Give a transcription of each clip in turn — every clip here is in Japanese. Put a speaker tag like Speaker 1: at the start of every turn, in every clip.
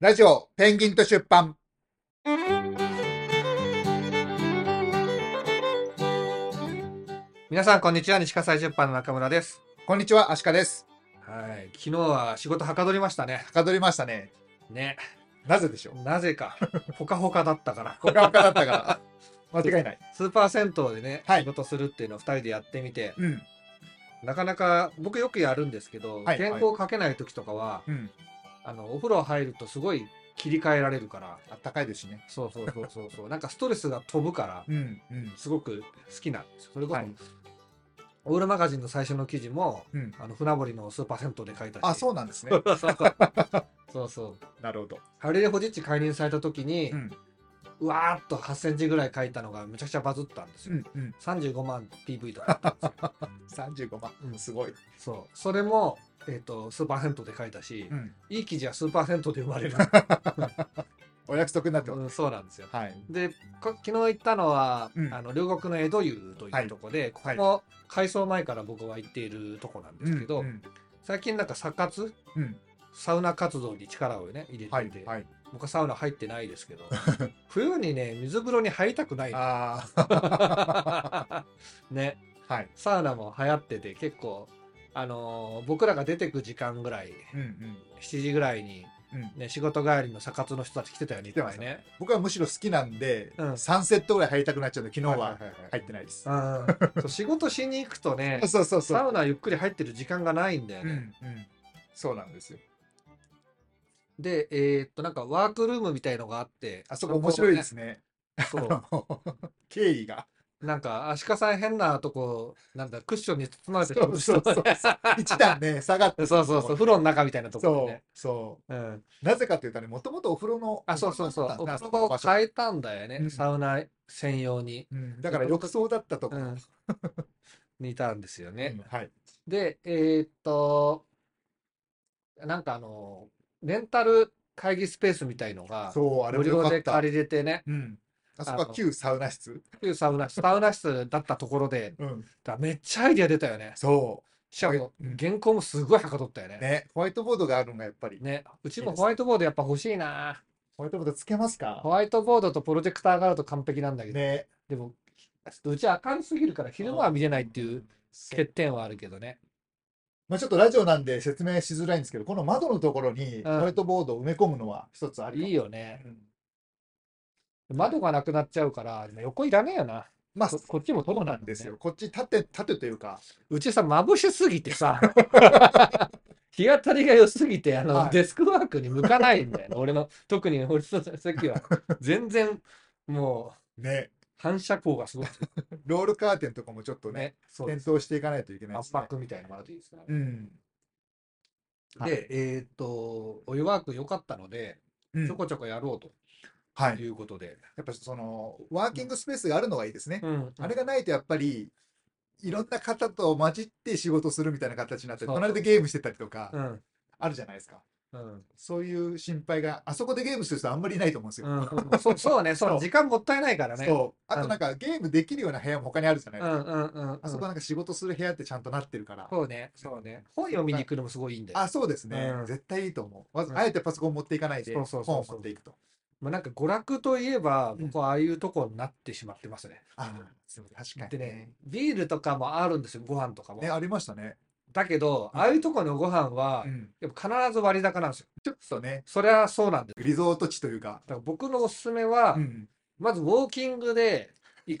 Speaker 1: ラジオ、ペンギンと出版。
Speaker 2: 皆さん、こんにちは。西葛西出版の中村です。
Speaker 1: こんにちは、アシカです。
Speaker 2: はい。昨日は仕事はかどりましたね。
Speaker 1: はかどりましたね。
Speaker 2: ね。
Speaker 1: なぜでしょう
Speaker 2: なぜか。 ほかほかだったから。
Speaker 1: ほかほかだった から。間違いない。
Speaker 2: スーパー銭湯でね、
Speaker 1: はい
Speaker 2: 仕事するっていうのを2人でやってみて、
Speaker 1: うん。
Speaker 2: なかなか、僕よくやるんですけど、
Speaker 1: はい
Speaker 2: 健康をかけない時とかは、
Speaker 1: うん。
Speaker 2: あの、お風呂入るとすごい切り替えられるから、
Speaker 1: あったかいですしね。
Speaker 2: そうそうそうそう そう、なんかストレスが飛ぶから、
Speaker 1: うん。うん。
Speaker 2: すごく好きなんですよ。それこそ、
Speaker 1: はい
Speaker 2: オールマガジンの最初の記事も、
Speaker 1: うん。
Speaker 2: あの船堀のスーパー銭湯で書いたし。
Speaker 1: あ、そうなん ですね。
Speaker 2: そうそう。
Speaker 1: なるほど。
Speaker 2: ハリレホジッチ解任された時に、
Speaker 1: うん。
Speaker 2: うわーっと8センチぐらい書いたのがめちゃくちゃバズったんです
Speaker 1: う
Speaker 2: よ。
Speaker 1: ん。うん。
Speaker 2: 35万 PV とかだ ったんですよ。
Speaker 1: 35万。
Speaker 2: うん
Speaker 1: すごい。
Speaker 2: そう。それも、えっ、と、スーパー銭湯で書いたし、
Speaker 1: うん。
Speaker 2: いい記事はスーパー銭湯で生ま れる。
Speaker 1: お約束になってま
Speaker 2: うん、そうなんですよ。
Speaker 1: す。はい。
Speaker 2: で、か昨日行ったのは、
Speaker 1: うん
Speaker 2: あの両国の江戸湯というところで、ここも改装前から僕は行っているとこなんですけど、
Speaker 1: うん。
Speaker 2: 最近なんかサ活
Speaker 1: うん。
Speaker 2: サウナ活動に力をね入れ
Speaker 1: は
Speaker 2: ていて、
Speaker 1: い。はい。
Speaker 2: 僕はサウナ入ってないですけ ど冬にね水風呂に入りたくないの
Speaker 1: ああ。
Speaker 2: ね、
Speaker 1: はい。
Speaker 2: サウナも流行ってて結構、あのー僕らが出てく時間ぐらい
Speaker 1: うん。うん。
Speaker 2: 7時ぐらいに、
Speaker 1: うん、
Speaker 2: ね、仕事帰りのサ活の人たち来てたよねいっ
Speaker 1: 来てま
Speaker 2: ぱ
Speaker 1: し
Speaker 2: い
Speaker 1: た
Speaker 2: ね。
Speaker 1: 僕はむしろ好きなんで、
Speaker 2: うん
Speaker 1: 3セットぐらい入りたくなっちゃうんで、昨日はい
Speaker 2: い
Speaker 1: 入ってないです。
Speaker 2: はいうんそう仕事しに行くとね
Speaker 1: そうそうそう
Speaker 2: サ。ウナゆっくり入ってる時間がないんだよ
Speaker 1: うんう
Speaker 2: ね。
Speaker 1: ん、そうなんですよ。
Speaker 2: で、えーっと、なんかワークルームみたいのがあって、
Speaker 1: あそこ面白いで
Speaker 2: ね。
Speaker 1: すね。
Speaker 2: そう。
Speaker 1: 経緯 が。
Speaker 2: なんか、アシカさん変なとこ、なんだ、クッションに包まれてる。
Speaker 1: そうそうそう一段ね、下がって。
Speaker 2: そうそうそう、風呂の中みたいなところ
Speaker 1: そ
Speaker 2: で
Speaker 1: う
Speaker 2: ね。、
Speaker 1: そ
Speaker 2: うん。
Speaker 1: う。なぜかというとね、もともとお風呂の。
Speaker 2: あ、そうそうそう。お
Speaker 1: な
Speaker 2: 風呂場を変えたんだよ
Speaker 1: う
Speaker 2: ね。
Speaker 1: ん
Speaker 2: サウナ専用に。
Speaker 1: うん、だから浴槽だったとこ
Speaker 2: う
Speaker 1: ろ、
Speaker 2: ん。にいたんですよ
Speaker 1: う
Speaker 2: ね
Speaker 1: ん。はい。
Speaker 2: で、えーっと、なんかあの、レンタル会議スペースみたいのが、
Speaker 1: そう、あれ
Speaker 2: 無
Speaker 1: もよ
Speaker 2: 料
Speaker 1: か
Speaker 2: で
Speaker 1: った。
Speaker 2: 借りれてね、
Speaker 1: うん。あそこは旧サウナ室。
Speaker 2: っていうサウナ室、サウナ室だったところで、
Speaker 1: うん。
Speaker 2: だからめっちゃアイディア出たよね。
Speaker 1: そ
Speaker 2: しかも
Speaker 1: うん、
Speaker 2: 原稿もすごいはかどったよ
Speaker 1: う。
Speaker 2: ね。
Speaker 1: ね、ホワイトボードがあるのがやっぱり。
Speaker 2: ね。うちもホワイトボードやっぱ欲しいな。
Speaker 1: ホワイトボードつけますか
Speaker 2: ホ。ワイトボードとプロジェクターがあると完璧なんだけど、
Speaker 1: ね。
Speaker 2: でも、うち明るすぎるから昼間は見れないっていう
Speaker 1: そう
Speaker 2: 欠点はあるけどね。
Speaker 1: まあ、ちょっとラジオなんで説明しづらいんですけど、この窓のところに
Speaker 2: ん
Speaker 1: ホワイトボードを埋め込むのは一つありかも
Speaker 2: いいよね。
Speaker 1: うん
Speaker 2: 窓がなくなっちゃうから、横いらねえよな。
Speaker 1: まあ、
Speaker 2: こ
Speaker 1: そ
Speaker 2: こっちもそう
Speaker 1: う
Speaker 2: な
Speaker 1: なんん
Speaker 2: で
Speaker 1: ですす
Speaker 2: よ
Speaker 1: よ。。こっち縦、縦というか、
Speaker 2: うちさ、眩しすぎて さ、日当たりが良すぎて、あの、
Speaker 1: はい
Speaker 2: デスクワークに向かないんだよね。俺の、特に俺の席は、全然、もう、
Speaker 1: ね、
Speaker 2: 反射光がすごくて
Speaker 1: ロールカーテンとかもちょっとね、
Speaker 2: ね、そうで
Speaker 1: 点
Speaker 2: す。
Speaker 1: 灯していかないといけないで
Speaker 2: 圧
Speaker 1: すね。
Speaker 2: 迫みたいなのもあるといいですね。
Speaker 1: うん。はい
Speaker 2: で、えーっと、お湯ワーク良かったので、
Speaker 1: うん
Speaker 2: ちょこちょこやろう
Speaker 1: は
Speaker 2: と
Speaker 1: い。
Speaker 2: いうことで。
Speaker 1: やっぱその、ワーキングスペースがあるのがいいですね。
Speaker 2: うん
Speaker 1: あれがないとやっぱり、いろんな方と混じって仕事するみたいな形になって、
Speaker 2: そう
Speaker 1: 隣でゲームしてたりとか
Speaker 2: う、ん。
Speaker 1: あるじゃないですか。
Speaker 2: うん。
Speaker 1: そういう心配が、あそこでゲームする人あんまりいないと思うんですよ。
Speaker 2: うん。 そうそうね、そ、
Speaker 1: そうう
Speaker 2: 時間もったいないからね。
Speaker 1: そう。あとなんかゲームできるような部屋も他にあるじゃないうですか。
Speaker 2: んうんうん。
Speaker 1: あそこはなんか仕事する部屋ってちゃんとなってるから。
Speaker 2: そうね、そうね。本読みに行くのもすごいいいんだよ。
Speaker 1: あ、そうですね
Speaker 2: う。ん
Speaker 1: 絶対いいと思う。わ
Speaker 2: う
Speaker 1: ざ
Speaker 2: ん
Speaker 1: あえてパソコン持っていかないで、
Speaker 2: そう
Speaker 1: 本
Speaker 2: そうそう
Speaker 1: を
Speaker 2: そう
Speaker 1: 持っていくと。
Speaker 2: まあ、なんか娯楽といえば、
Speaker 1: うん
Speaker 2: 僕はああいうとこになってしまってますね。
Speaker 1: あー、そう確か
Speaker 2: で
Speaker 1: にね
Speaker 2: ね。、ビールとかもあるんですよ、ご飯とかも。
Speaker 1: ね、ありましたね。
Speaker 2: だけど、
Speaker 1: うん
Speaker 2: ああいうとこのご飯は、やっぱ必ず割高なんですよ。
Speaker 1: ちょっとね、
Speaker 2: それはそうなんです。
Speaker 1: リゾート地というか、
Speaker 2: だから僕のおすすめは、
Speaker 1: ん、
Speaker 2: まずウォーキングで 行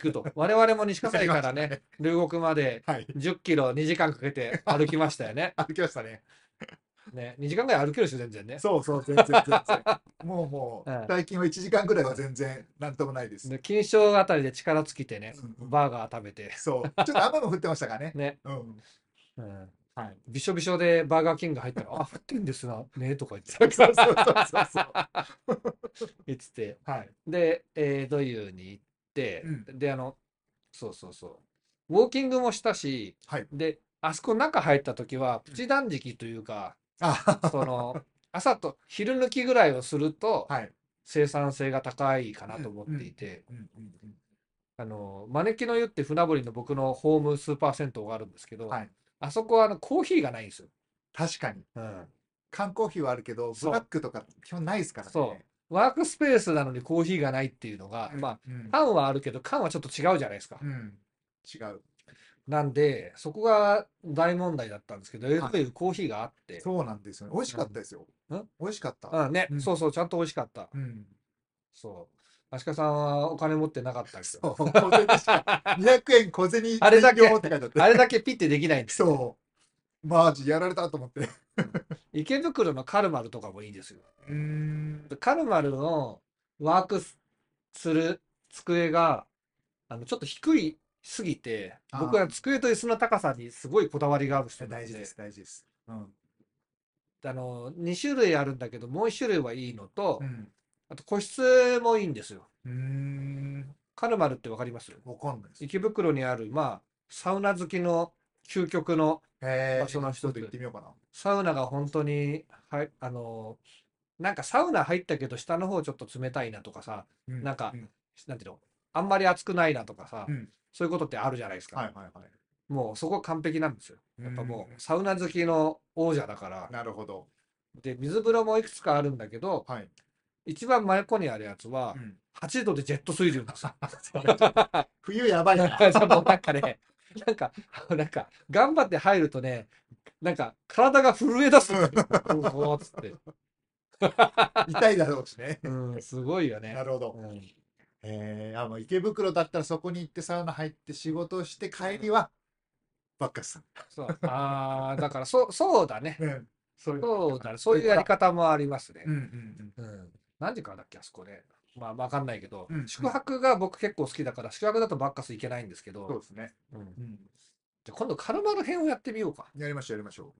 Speaker 2: くと。我々も西葛西からね、留国まで
Speaker 1: はい、
Speaker 2: 10キロ2時間かけて歩きましたよね。
Speaker 1: 歩きましたね。
Speaker 2: ね2時間ぐらい歩けるでしょ、全然ね。
Speaker 1: そうそう、全然全然。 もうもう、
Speaker 2: うん
Speaker 1: 最近は1時間ぐらいは全然なんともないです。
Speaker 2: で金賞あたりで力尽きてね、
Speaker 1: うん
Speaker 2: バーガー食べて、
Speaker 1: そう、ちょっと雨も降ってましたからね。
Speaker 2: ね、
Speaker 1: うん、
Speaker 2: うん
Speaker 1: はい。
Speaker 2: びしょびしょでバーガーキング 入ったら、あ、降ってんですな、ねとか言って、
Speaker 1: そうそうそうそうそう。
Speaker 2: 言ってて、
Speaker 1: はい。
Speaker 2: で、えー、ドユに行って、
Speaker 1: う
Speaker 2: で、あの、そうそうそう、ウォーキングもしたし、
Speaker 1: はい
Speaker 2: で、あそこ中入った時は、プチ断食とい うか、
Speaker 1: あ、
Speaker 2: その、朝と昼抜きぐらいをすると、
Speaker 1: はい。
Speaker 2: 生産性が高いかなと思っていて、
Speaker 1: うんうんうん
Speaker 2: あの、招きの湯って船堀の僕のホームスーパー銭湯があるんですけど、
Speaker 1: はい
Speaker 2: あそこはあのコーヒーがないんですよ。
Speaker 1: 確かに。
Speaker 2: うん
Speaker 1: 缶コーヒーはあるけど、
Speaker 2: そう
Speaker 1: ブラックとか基本ないですからね。
Speaker 2: そワークスペースなのにコーヒーがないっていうのが、まあ、
Speaker 1: うん。
Speaker 2: 缶はあるけど、缶はちょっと違うじゃないですか。
Speaker 1: うん。違う。
Speaker 2: なんで、そこが大問題だったんですけど、LA コーヒーがあって、
Speaker 1: そうなんですよね。美味しかったですよ。
Speaker 2: うん
Speaker 1: 美味しかった。
Speaker 2: うんね
Speaker 1: う、ん
Speaker 2: そうそう、ちゃんと美味しかった。
Speaker 1: うん。
Speaker 2: そう。アシカさんはお金持ってなかったんです
Speaker 1: そう、
Speaker 2: よ。
Speaker 1: 小銭しか、200円小銭
Speaker 2: あれだけ
Speaker 1: 専用って書いてあって
Speaker 2: あれだけピッてできないんですよ。
Speaker 1: そう。マジやられたと思って。
Speaker 2: 池袋のカルマルとかもいいですよ。
Speaker 1: うん。
Speaker 2: カルマルのワークすする机が、あの、ちょっと低いすぎて、
Speaker 1: あー
Speaker 2: 僕は机と椅子の高さにすごいこだわりがある人なん
Speaker 1: 大事です、大事です。うん。
Speaker 2: あの、2種類あるんだけど、もう1種類はいいのと、
Speaker 1: うん。
Speaker 2: あと個室もいいんですよ。
Speaker 1: うーん。
Speaker 2: カルマルってわかります
Speaker 1: わかんないです。
Speaker 2: 池袋にある、まあ、サウナ好きの究極の
Speaker 1: へ
Speaker 2: 場所の一つ
Speaker 1: ちょっと行ってみようかな。
Speaker 2: サウナが本当に、はい、あの、なんかサウナ入ったけど下の方ちょっと冷たいなとかさ、
Speaker 1: う
Speaker 2: なんか
Speaker 1: う
Speaker 2: なんていうの、あんまり熱くないなとかさ、
Speaker 1: うん
Speaker 2: そういうことってあるじゃないですか。
Speaker 1: はいはいはい。
Speaker 2: もうそこ完璧なんですよ。やっぱもうサウナ好きの王者だから。
Speaker 1: なるほど。
Speaker 2: で、水風呂もいくつかあるんだけど、
Speaker 1: はい。
Speaker 2: 一番真横にあるやつは
Speaker 1: う、 ん
Speaker 2: 8度でジェット水流 のさ、
Speaker 1: 冬やばいな。
Speaker 2: も うなんかね、なんか、なんか、頑張って入るとね、なんか体が震え出すんだよ。 うおーっつって。
Speaker 1: 痛いだろうしね。
Speaker 2: うん、すごいよね。
Speaker 1: なるほど。
Speaker 2: うん
Speaker 1: えー、あもう池袋だったらそこに行ってサウナ入って仕事をして帰りは、バッカスさん。
Speaker 2: そう。ああ、だから、そう、そうだね。
Speaker 1: うん。そういう
Speaker 2: そうだね。そういうやり方もありますね
Speaker 1: うん。うん
Speaker 2: うん。何時からだっけ、あそこね。まあ、わかんないけど
Speaker 1: う、ん
Speaker 2: 宿泊が僕結構好きだから、宿泊だとバッカス行けないんですけ
Speaker 1: うん。そう
Speaker 2: ど、
Speaker 1: ですね。
Speaker 2: うん
Speaker 1: うん。
Speaker 2: じゃあ今度、カルマル編をやってみようか。
Speaker 1: やりましょう、やりましょ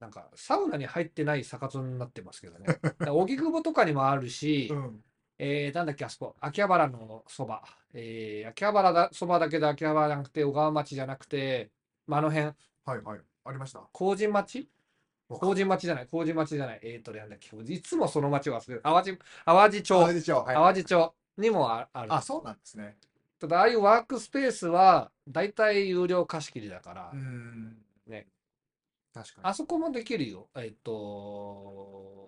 Speaker 2: なんか、サウナに入ってない逆津になってます けどね。だから荻窪とかにもあるし
Speaker 1: う。、ん。
Speaker 2: えー、なんだっけ、あそこ、秋葉原のそば。えー、秋葉原だ、そばだけど秋葉原じゃなくて、小川町じゃなくて、まあ、あの辺、
Speaker 1: はいはい。ありました。
Speaker 2: 麹町
Speaker 1: わかんない
Speaker 2: 麹町じゃない、麹町じゃない。えっ、と、なんだっけ、いつもその町を忘れる。淡路、
Speaker 1: あ
Speaker 2: 淡路
Speaker 1: れ
Speaker 2: 町、
Speaker 1: でしょう。はい。
Speaker 2: 淡路町にもあある。
Speaker 1: あ、そうなんですね。
Speaker 2: ただ、ああいうワークスペースは、だいたい有料貸し切りだから、
Speaker 1: うん。
Speaker 2: ね。
Speaker 1: 確かに。
Speaker 2: あそこもできるよ。えっ、と、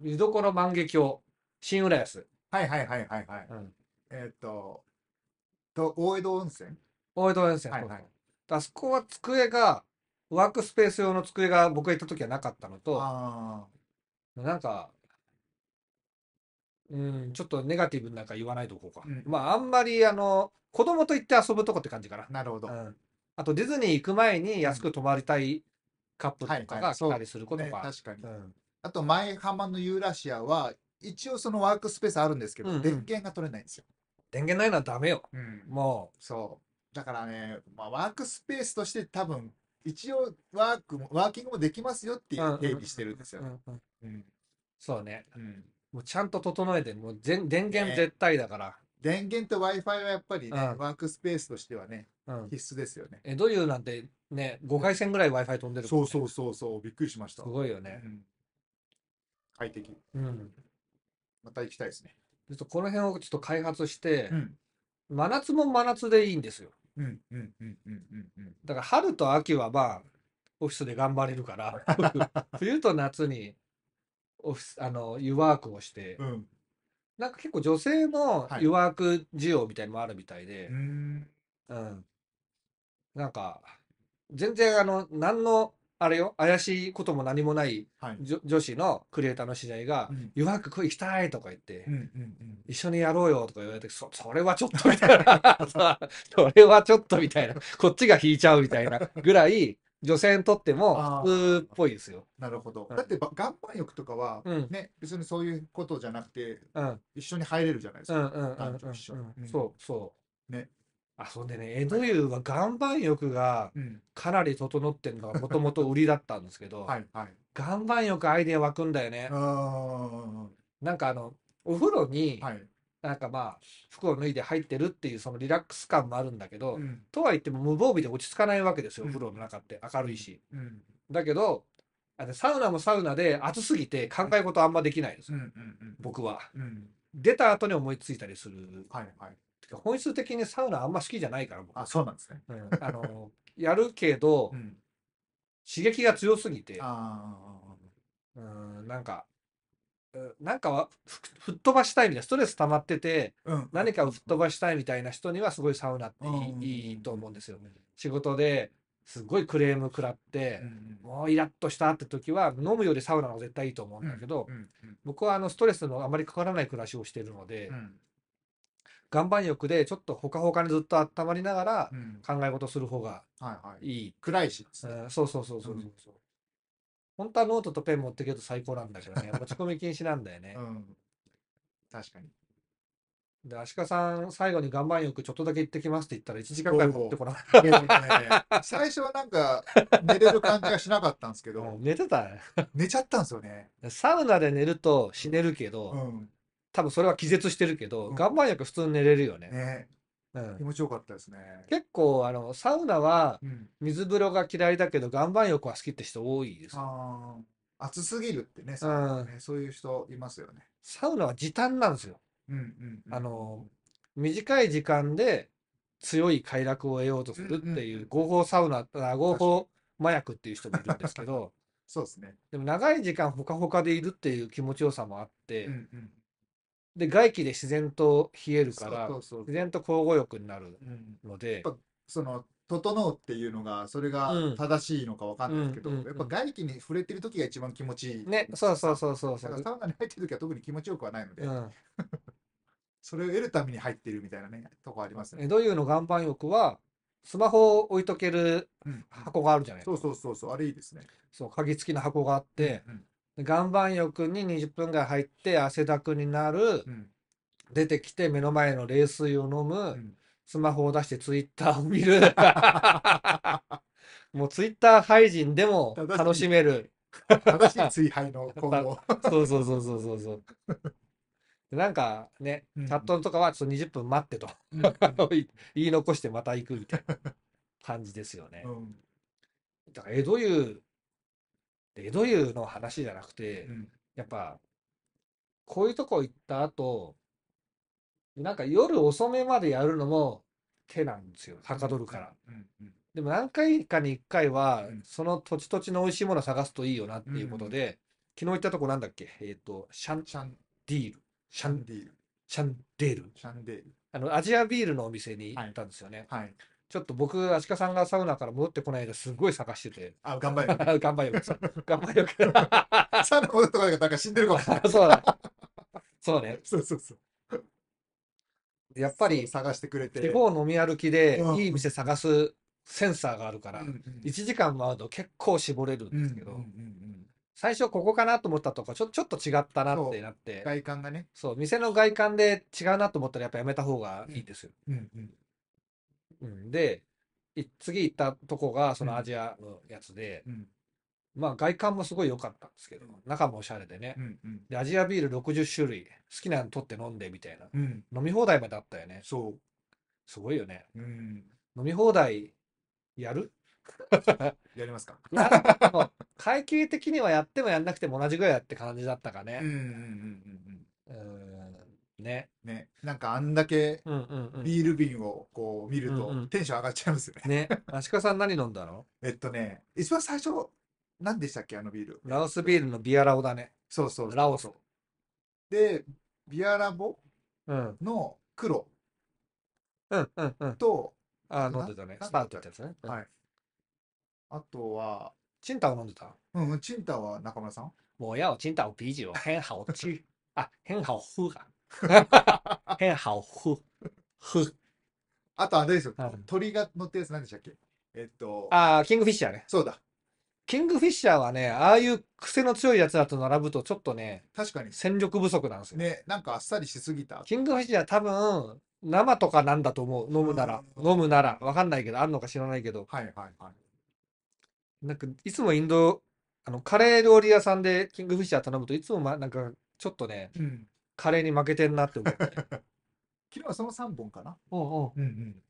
Speaker 2: 見どころ万華鏡、新浦安、
Speaker 1: はいはいはいはいはい。
Speaker 2: うん
Speaker 1: えーっと、と、大江戸温泉
Speaker 2: 大江戸温泉。
Speaker 1: はいはい
Speaker 2: あそこは机が、ワークスペース用の机が僕が行った時はなかったのと、
Speaker 1: あ
Speaker 2: なんか、うん、ちょっとネガティブなんか言わないとこうか。
Speaker 1: うん
Speaker 2: まあ、あんまり、あの、子供と行って遊ぶとこって感じかな
Speaker 1: あ、。なるほど。
Speaker 2: うん。あと、ディズニー行く前に安く泊まりたいカップルとか
Speaker 1: はいは
Speaker 2: が
Speaker 1: いそ
Speaker 2: 来
Speaker 1: う
Speaker 2: たりすること
Speaker 1: ね、
Speaker 2: が。
Speaker 1: 確かに
Speaker 2: う。ん
Speaker 1: あと、前浜のユーラシアは、一応そのワークスペースあるんですけど、
Speaker 2: うんうん
Speaker 1: 電源が取れないんですよ。
Speaker 2: 電源ないのはダメよ。
Speaker 1: うん。
Speaker 2: も
Speaker 1: そう。だからね、まあ、ワークスペースとして多分、一応ワークも、ワーキングもできますよって
Speaker 2: う。
Speaker 1: いううん定義してるんですよ
Speaker 2: う
Speaker 1: ね。
Speaker 2: んうん
Speaker 1: うん。
Speaker 2: そうね。
Speaker 1: うん
Speaker 2: もうちゃんと整えて、もう全電源
Speaker 1: ね
Speaker 2: 絶対だから。
Speaker 1: 電源と Wi-Fi はやっぱりね、
Speaker 2: うん
Speaker 1: ワークスペースとしてはね、
Speaker 2: うん。
Speaker 1: 必須ですよね。
Speaker 2: 江戸湯なんてね、5回線ぐらい Wi-Fi 飛んでるから
Speaker 1: そ
Speaker 2: ね
Speaker 1: うそうそうそう、びっくりしまし
Speaker 2: す
Speaker 1: た。
Speaker 2: ごいよ
Speaker 1: う
Speaker 2: ね。
Speaker 1: ん快適。
Speaker 2: うん。
Speaker 1: また行きたいですね。
Speaker 2: ちょっとこの辺をちょっと開発して、
Speaker 1: ん。
Speaker 2: 真夏も真夏でいいんですよ。
Speaker 1: うんうんうんうんうんうん。
Speaker 2: だから春と秋はまあ、オフィスで頑張れ るから、冬と夏にオフィス、あの、湯ワークをして、
Speaker 1: うん。
Speaker 2: なんか結構女性の
Speaker 1: はい
Speaker 2: 湯ワーク需要みたいのもあるみたいで、
Speaker 1: ん。
Speaker 2: うん。なんか、全然あの、何の、あれよ、怪しいことも何もない
Speaker 1: はい。
Speaker 2: 女女子のクリエイターの知り合いが
Speaker 1: う、ん
Speaker 2: 湯ワークこれ行きたいとか言って、
Speaker 1: うんうん
Speaker 2: 一緒にやろうよとか言われて、そ、それはちょっとみたいな、 さそれはちょっとみたいな、こっちが引いちゃうみたいなぐらい、女性にとっても
Speaker 1: あー
Speaker 2: 普通っぽいですよ。
Speaker 1: なるほど。
Speaker 2: うん
Speaker 1: だってば岩盤浴とかは
Speaker 2: うん、
Speaker 1: ね、別にそういうことじゃなくて、
Speaker 2: うん、うん、
Speaker 1: 一緒に入れるじゃないです
Speaker 2: うん、
Speaker 1: か。
Speaker 2: うん、うん、
Speaker 1: 男女一緒
Speaker 2: う。
Speaker 1: うんん
Speaker 2: そう、そう。
Speaker 1: ね。
Speaker 2: あ、そんでね、江戸湯は岩盤浴が
Speaker 1: うん。
Speaker 2: かなり整ってるのがもともと売りだったんですけど、
Speaker 1: はいはい。
Speaker 2: 岩盤浴アイデア湧くんだよね
Speaker 1: あ。あ。
Speaker 2: なんかあの、お風呂に、
Speaker 1: はい。
Speaker 2: なんかまあ、服を脱いで入ってるっていうそのリラックス感もあるんだけど、
Speaker 1: うん。
Speaker 2: とはいっても無防備で落ち着かないわけですよ、
Speaker 1: うん
Speaker 2: 風呂の中って明るいし。
Speaker 1: うん。
Speaker 2: だけど、あのサウナもサウナで暑すぎて考え事あんまできないです
Speaker 1: う、んうん
Speaker 2: 僕は。
Speaker 1: うん。うん。
Speaker 2: 出た後に思いついたりする。
Speaker 1: はいはい。
Speaker 2: てか本質的にサウナあんま好きじゃないから、僕。
Speaker 1: あ、そうなんですね。
Speaker 2: うんあの、やるけど
Speaker 1: う、ん。
Speaker 2: 刺激が強すぎて、
Speaker 1: あ
Speaker 2: うん、なんか、うんなんかはふ吹っ飛ばしたいみたいな、ストレス溜まってて、
Speaker 1: あ、うん。
Speaker 2: 何かを吹っ飛ばしたいみたいな人にはすごいサウナっていい,、
Speaker 1: うん
Speaker 2: いいと思うんですよ。仕事ですごいクレーム食らって、
Speaker 1: うん
Speaker 2: もうイラッとしたって時は、飲むよりサウナの方が絶対いいと思うんだけど、
Speaker 1: うんうん
Speaker 2: 僕はあのストレスのあまりかからない暮らしをしているので、
Speaker 1: うん
Speaker 2: 岩盤浴でちょっとほかほかにずっと温まりながら
Speaker 1: うん
Speaker 2: 考え事する方が
Speaker 1: はいはい。
Speaker 2: いい。
Speaker 1: 暗いしですね。
Speaker 2: うんそうそうそうそうそうそう。本当はノートとペン持ってけると最高なんだけどね、持ち込み禁止なんだよね
Speaker 1: う。ん。確かに。
Speaker 2: で、足利さん、最後に岩盤浴ちょっとだけ行ってきますって言ったら1時間ぐらい持ってこなかっ
Speaker 1: いやでもね最初はなんか寝れる感じがしなかったんですけ
Speaker 2: た。も
Speaker 1: ど
Speaker 2: う、寝てたね。
Speaker 1: 寝ちゃったんですよね。
Speaker 2: サウナで寝ると死ねるけ
Speaker 1: う
Speaker 2: ど、
Speaker 1: ん。
Speaker 2: 多分それは気絶してるけど、
Speaker 1: うん
Speaker 2: 岩盤浴普通に寝れるよね。
Speaker 1: ね、
Speaker 2: うん
Speaker 1: 気持ちよかったですね。
Speaker 2: 結構、あの、サウナは
Speaker 1: うん。
Speaker 2: 水風呂が嫌いだけど、岩盤浴は好きって人多いです。
Speaker 1: ああ、暑すぎるってね、
Speaker 2: うん。
Speaker 1: ねそういう人いますよね。
Speaker 2: サウナは時短なんですよ。
Speaker 1: うんうんうん。
Speaker 2: あの、短い時間で強い快楽を得ようとするって
Speaker 1: うん
Speaker 2: い
Speaker 1: うん
Speaker 2: う合法サウナ、あ合法麻薬っていう人もいるんです けど、
Speaker 1: そうですね。
Speaker 2: でも長い時間ほかほかでいるっていう気持ちよさもあって、
Speaker 1: うんうん。
Speaker 2: で、外気で自然と冷える
Speaker 1: そ
Speaker 2: か
Speaker 1: う
Speaker 2: ら
Speaker 1: そ、うそう
Speaker 2: 自。然と交互浴になる
Speaker 1: うん
Speaker 2: ので
Speaker 1: や、っその整うっていうのがそれが
Speaker 2: うん
Speaker 1: 正しいのかわかんないですけど、
Speaker 2: うんうんうん
Speaker 1: やっぱ外気に触れてる時が一番気持ちいい。
Speaker 2: ね、そうそうそうそうそ
Speaker 1: だから
Speaker 2: う。
Speaker 1: サウナに入ってる時は特に気持ちよくはないので、
Speaker 2: うん、
Speaker 1: それを得るために入ってるみたいなね、とこありますね。
Speaker 2: 江戸湯の岩盤浴は、スマホを置いとける
Speaker 1: うん
Speaker 2: 箱があるじゃない
Speaker 1: そうそうそうそう、あれいいですね。
Speaker 2: そう、鍵付きの箱があって、
Speaker 1: うん
Speaker 2: で岩盤浴に20分ぐらい入って汗だくになる
Speaker 1: う、ん
Speaker 2: 出てきて目の前の冷水を飲
Speaker 1: う
Speaker 2: む、
Speaker 1: ん
Speaker 2: スマホを出してツイッターを見 る。もうツイッター配信でも楽しめる。
Speaker 1: 正しい追廃の今後。
Speaker 2: そうそうそうそうそうそう。でなんかね
Speaker 1: う、ん
Speaker 2: チャットとかはちょっと20分待ってと 言い残してまた行くみたいな感じですよね
Speaker 1: う。ん
Speaker 2: だから江戸湯、江戸湯の話じゃなくて、
Speaker 1: うん
Speaker 2: やっぱ、こういうとこ行った後、なんか夜遅めまでやるのも手なんですよ、はかどるから。。
Speaker 1: うんうん
Speaker 2: でも何回かに1回は
Speaker 1: うん、
Speaker 2: その土地土地の美味しいものを探すといいよなっていうことで、昨日行ったとこなんだっけえっと、シャン
Speaker 1: シャン
Speaker 2: ディール。シ
Speaker 1: シ
Speaker 2: ャ
Speaker 1: ャ
Speaker 2: ン
Speaker 1: ン、ディール。
Speaker 2: シャンデール。
Speaker 1: シャンディール。
Speaker 2: あの、アジアビールのお店に行ったんですよね。
Speaker 1: はい。
Speaker 2: ちょっと僕、アシカさんがサウナから戻ってこない間、すごい探してて。
Speaker 1: あ、頑張れ。
Speaker 2: 頑張れよ。頑張れよ。
Speaker 1: サウナ戻ったからなんか死んでるかもしれない。
Speaker 2: そうだ。そうね。
Speaker 1: そうそうそう。
Speaker 2: やっぱり、
Speaker 1: 探してくれて。
Speaker 2: 地方飲み歩きで
Speaker 1: うん
Speaker 2: いい店探すセンサーがあるから、
Speaker 1: うんうん
Speaker 2: 1時間回ると結構絞れるん
Speaker 1: うんうん
Speaker 2: ですけ
Speaker 1: うんう
Speaker 2: ど、
Speaker 1: ん
Speaker 2: 最初ここかなと思ったとこ、ちょちょっと違ったなってなって、
Speaker 1: 外観がね。
Speaker 2: そう、店の外観で違うなと思ったらやっぱやめた方がいいですよ。
Speaker 1: うんうん
Speaker 2: うんで、い次行ったとこがそのアジアのやつで、
Speaker 1: うん
Speaker 2: まあ外観もすごい良かったんですけど、中もおしゃれでね
Speaker 1: う。んうん
Speaker 2: で、アジアビール60種類、好きなの取って飲んでみたいな。
Speaker 1: うん。
Speaker 2: 飲み放題まであったよね。
Speaker 1: そ
Speaker 2: すごいよね。
Speaker 1: う。うん。
Speaker 2: 飲み放題やる
Speaker 1: やりますか。
Speaker 2: なんかもう階級的にはやってもやんなくても同じぐらいやって感じだったか
Speaker 1: うんう
Speaker 2: ね。
Speaker 1: んうんうん
Speaker 2: うーん。ね。
Speaker 1: うん。ね。なんかあんだけ
Speaker 2: うんうんうん。
Speaker 1: ビール瓶をこう見る
Speaker 2: うんう
Speaker 1: と
Speaker 2: ん
Speaker 1: テンション上がっちゃいますよね。
Speaker 2: ね。足利さん何飲んだの
Speaker 1: えっとね、一番最初、何でしたっけ、あのビール。
Speaker 2: ラオスビールのビアラオだね。
Speaker 1: そうそう。
Speaker 2: ラオス。
Speaker 1: で、ビアラボ
Speaker 2: うん。
Speaker 1: の黒
Speaker 2: うんうんうん。
Speaker 1: と、
Speaker 2: あー、飲んでたね。
Speaker 1: な
Speaker 2: スタートってやつね。
Speaker 1: はい。あとは、
Speaker 2: チンタオ飲んでた。
Speaker 1: うんうん、チンタは中村さん
Speaker 2: 我要青岛啤酒，很好吃啊，很好喝 啊，很好喝，喝
Speaker 1: あとあれですよ
Speaker 2: うん。
Speaker 1: 鳥が乗ってるやつ何でしたっけえっと、
Speaker 2: あー、キングフィッシャーね。
Speaker 1: そうだ。
Speaker 2: キングフィッシャーはね、ああいう癖の強いやつらと並ぶとちょっとね、
Speaker 1: 確かに。
Speaker 2: 戦力不足なんですよ。
Speaker 1: ね、なんかあっさりしすぎた。
Speaker 2: キングフィッシャー多分、生とかなんだと思う。飲むなら。
Speaker 1: うん
Speaker 2: 飲むなら。わかんないけど、あるのか知らないけど。
Speaker 1: はいはいはい。
Speaker 2: なんか、いつもインド、あの、カレー料理屋さんでキングフィッシャー頼むといつも、ま、なんか、ちょっとね、
Speaker 1: うん。
Speaker 2: カレーに負けてんなって思って。
Speaker 1: 昨日はその3本かな。
Speaker 2: うん
Speaker 1: うんうん。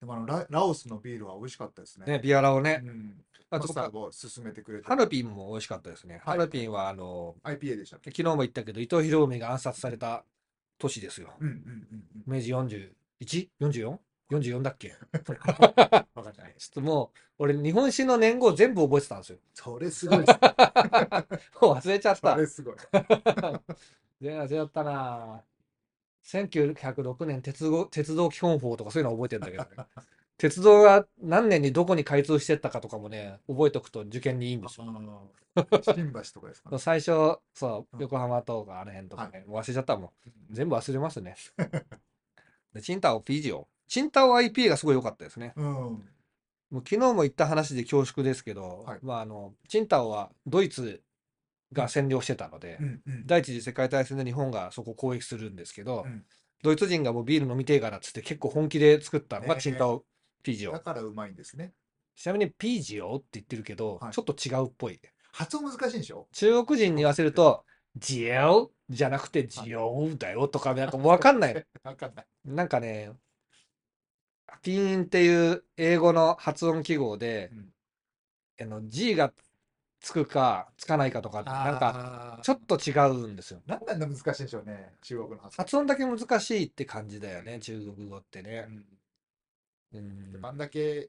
Speaker 1: でもあのラ、ラオスのビールは美味しかったですね。
Speaker 2: ね、ビアラを
Speaker 1: う
Speaker 2: ね。
Speaker 1: ん。
Speaker 2: あ
Speaker 1: マ
Speaker 2: と
Speaker 1: スターが勧めてくれて。
Speaker 2: ハルピンも美味しかったですね。
Speaker 1: は
Speaker 2: ハ
Speaker 1: い
Speaker 2: ルピンは、あの、
Speaker 1: IPA でしたっけ
Speaker 2: 昨日も言ったけど、伊藤博文が暗殺された都市ですよ。
Speaker 1: うんうんうんうん。
Speaker 2: 明治 41?44? 44だっけ
Speaker 1: わかんない。
Speaker 2: ちょっともう、俺、日本史の年号全部覚えてたんですよ。
Speaker 1: それすごいです。
Speaker 2: もう忘れちゃった
Speaker 1: そ。れすごい。
Speaker 2: 全然忘れちゃったなぁ1906年鉄道、鉄道基本法とかそういうの覚えてんだ けどね。鉄道が何年にどこに開通してったかとかもね、覚えておくと受験にいいんですよ。
Speaker 1: 新橋とかですかね。
Speaker 2: 最初、そ
Speaker 1: う
Speaker 2: う、
Speaker 1: ん
Speaker 2: 横浜とかあの辺とかね、忘れちゃったもん。全部忘れま すね。で、チンタオ PG を。チンタオ IPA がすごい良かったですね。
Speaker 1: うん。
Speaker 2: もう昨日も言った話で恐縮ですけど、
Speaker 1: はい
Speaker 2: まああの、チンタオはドイツが占領してたので、
Speaker 1: うんうん。
Speaker 2: 第一次世界大戦で日本がそこ攻撃するんですけど、
Speaker 1: うん
Speaker 2: ドイツ人がもうビール飲みてえからっつって結構本気で作ったの
Speaker 1: ね
Speaker 2: が
Speaker 1: え
Speaker 2: チンタオピージオ。
Speaker 1: だからうまいんですね。
Speaker 2: ちなみにピージオって言ってるけど、
Speaker 1: はい
Speaker 2: ちょっと違うっぽい。
Speaker 1: 発音難しいんでしょ
Speaker 2: 中国人に言わせると、ジエオじゃなくてジオだよとか、なんかもうわかんな いの。
Speaker 1: わかんない。
Speaker 2: なんかね、ピーンっていう英語の発音記号で、あの G がつくかつかないかとか、なんか
Speaker 1: か
Speaker 2: ちょっと違うんですよ。
Speaker 1: なんであんな難しいんでしょうね。中国の発音。
Speaker 2: 発音だけ難しいって感じだよね、中国語ってね。うん
Speaker 1: うんあんだけ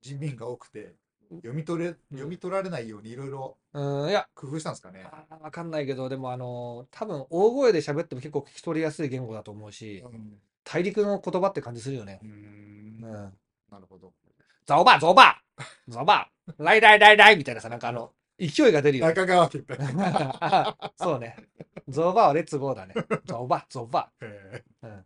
Speaker 1: 人民が多くて、読み取れ、読み取られないようにいろいろ
Speaker 2: うん、いや、
Speaker 1: 工夫したんですかね。
Speaker 2: あーわかんないけど、でもあの、多分大声で喋っても結構聞き取りやすい言語だと思うし
Speaker 1: う、ん。
Speaker 2: 大陸の言葉って感じするよね
Speaker 1: う。ん
Speaker 2: う。
Speaker 1: なんるほど。
Speaker 2: ゾバゾバゾバライライライライみたいなさ、なんかあの、勢いが出るよね。
Speaker 1: 中川家 って。
Speaker 2: あ そうね。ゾバはレッツゴーだね。ゾバゾバ。
Speaker 1: え
Speaker 2: うん。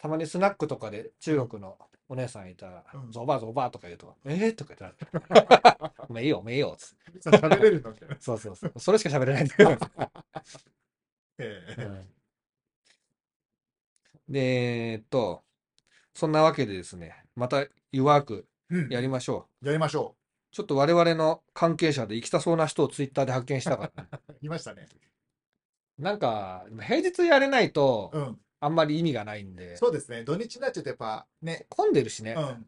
Speaker 2: たまにスナックとかで中国のお姉さんいたら
Speaker 1: う、ん
Speaker 2: ゾバゾバとか言うと、えーとか言った ら、おめえいいよ、おめえいいよ、つって。
Speaker 1: ーみんな喋れ るのみたいな。
Speaker 2: そうそうそう。それしか喋れないんだけど。
Speaker 1: え
Speaker 2: う
Speaker 1: え
Speaker 2: んで、えーっと、そんなわけでですね、また弱く
Speaker 1: うん
Speaker 2: やりましょう。
Speaker 1: やりましょ
Speaker 2: ちょっと我々の関係者で行きたそうな人をツイッターで発見し たからね、
Speaker 1: う。いましたね。
Speaker 2: なんか、平日やれないと
Speaker 1: う、ん。
Speaker 2: あんまり意味がないんで、
Speaker 1: そうですね。土日になっちゃうとやっぱね。
Speaker 2: 混んでるしね、
Speaker 1: うん。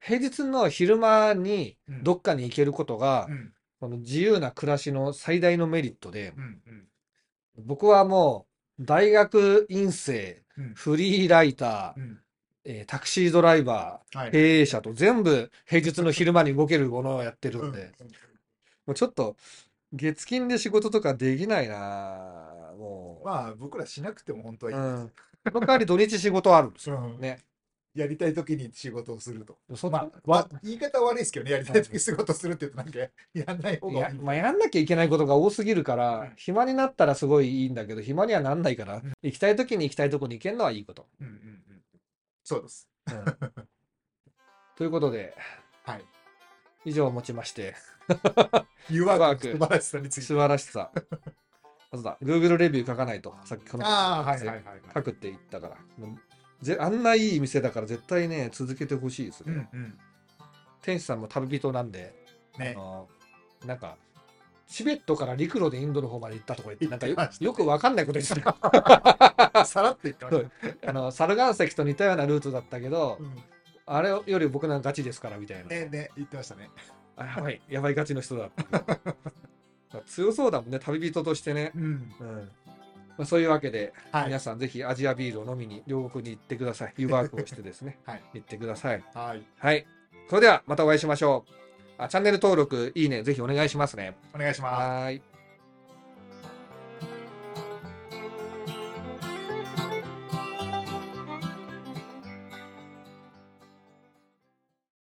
Speaker 2: 平日の昼間に
Speaker 1: うん
Speaker 2: どっかに行けることが、
Speaker 1: うん。
Speaker 2: この自由な暮らしの最大のメリットで
Speaker 1: う、ん。うん。
Speaker 2: 僕はもう、大学院生、
Speaker 1: うん
Speaker 2: フリーライター
Speaker 1: う、ん。
Speaker 2: えータクシードライバー、
Speaker 1: はい。
Speaker 2: 経営者と全部平日の昼間に動けるものをやってるんで、もうちょっと月金で仕事とかできないなぁもう。
Speaker 1: まあ僕らしなくても本当は
Speaker 2: う
Speaker 1: いいで
Speaker 2: ん。その代わり土日仕事あるんです
Speaker 1: す
Speaker 2: よ。
Speaker 1: うん
Speaker 2: ね。
Speaker 1: やりたい時に仕事をすると。
Speaker 2: そっち
Speaker 1: まあ、わ言い方悪いですけどね、やりたい時に仕事するって言うとなんかやんない方
Speaker 2: い
Speaker 1: が
Speaker 2: や
Speaker 1: いい。
Speaker 2: まあ、やんなきゃいけないことが多すぎるから、
Speaker 1: うん
Speaker 2: 暇になったらすごいいいんだけど、暇にはなんないから、行きたい時に行きたいとこに行けるのはいいこと。
Speaker 1: うんうんうん。そうです。
Speaker 2: うんということで、
Speaker 1: はい。
Speaker 2: 以上をもちまして、
Speaker 1: 誘惑の素晴らしさについて。
Speaker 2: 素晴らしさ。まずだ、Google レビュー書かないと、さっきこの
Speaker 1: ああ、はいはいはいはい。
Speaker 2: 書くって言ったから。ぜあんないい店だから絶対ね、続けてほしいです
Speaker 1: う
Speaker 2: ね。
Speaker 1: んうん。
Speaker 2: 天使さんも旅人なんで、
Speaker 1: ね
Speaker 2: あ。のなんか、チベットから陸路でインドの方まで行ったとか言って、なんかよ
Speaker 1: 行ってましたね
Speaker 2: よくわかんないこと言っ てた。
Speaker 1: さらっと言ってましたね。
Speaker 2: あの、猿岩石と似たようなルートだったけど、
Speaker 1: うん
Speaker 2: あれより僕なんかガチですからみたいな。
Speaker 1: ねね、言ってましたね。
Speaker 2: あやばい、やばいガチの人だっていう。 だから強そうだもんね、旅人としてね。
Speaker 1: うん。
Speaker 2: うんまあ、そういうわけで、
Speaker 1: はい、
Speaker 2: 皆。さんぜひアジアビールを飲みに両国に行ってください。湯ワークをしてですね
Speaker 1: はい
Speaker 2: 行ってください。
Speaker 1: はい。
Speaker 2: はい。それではまたお会いしましょう。あチャンネル登録、いいね、ぜひお願いしますね。
Speaker 1: お願いします。
Speaker 2: はーい。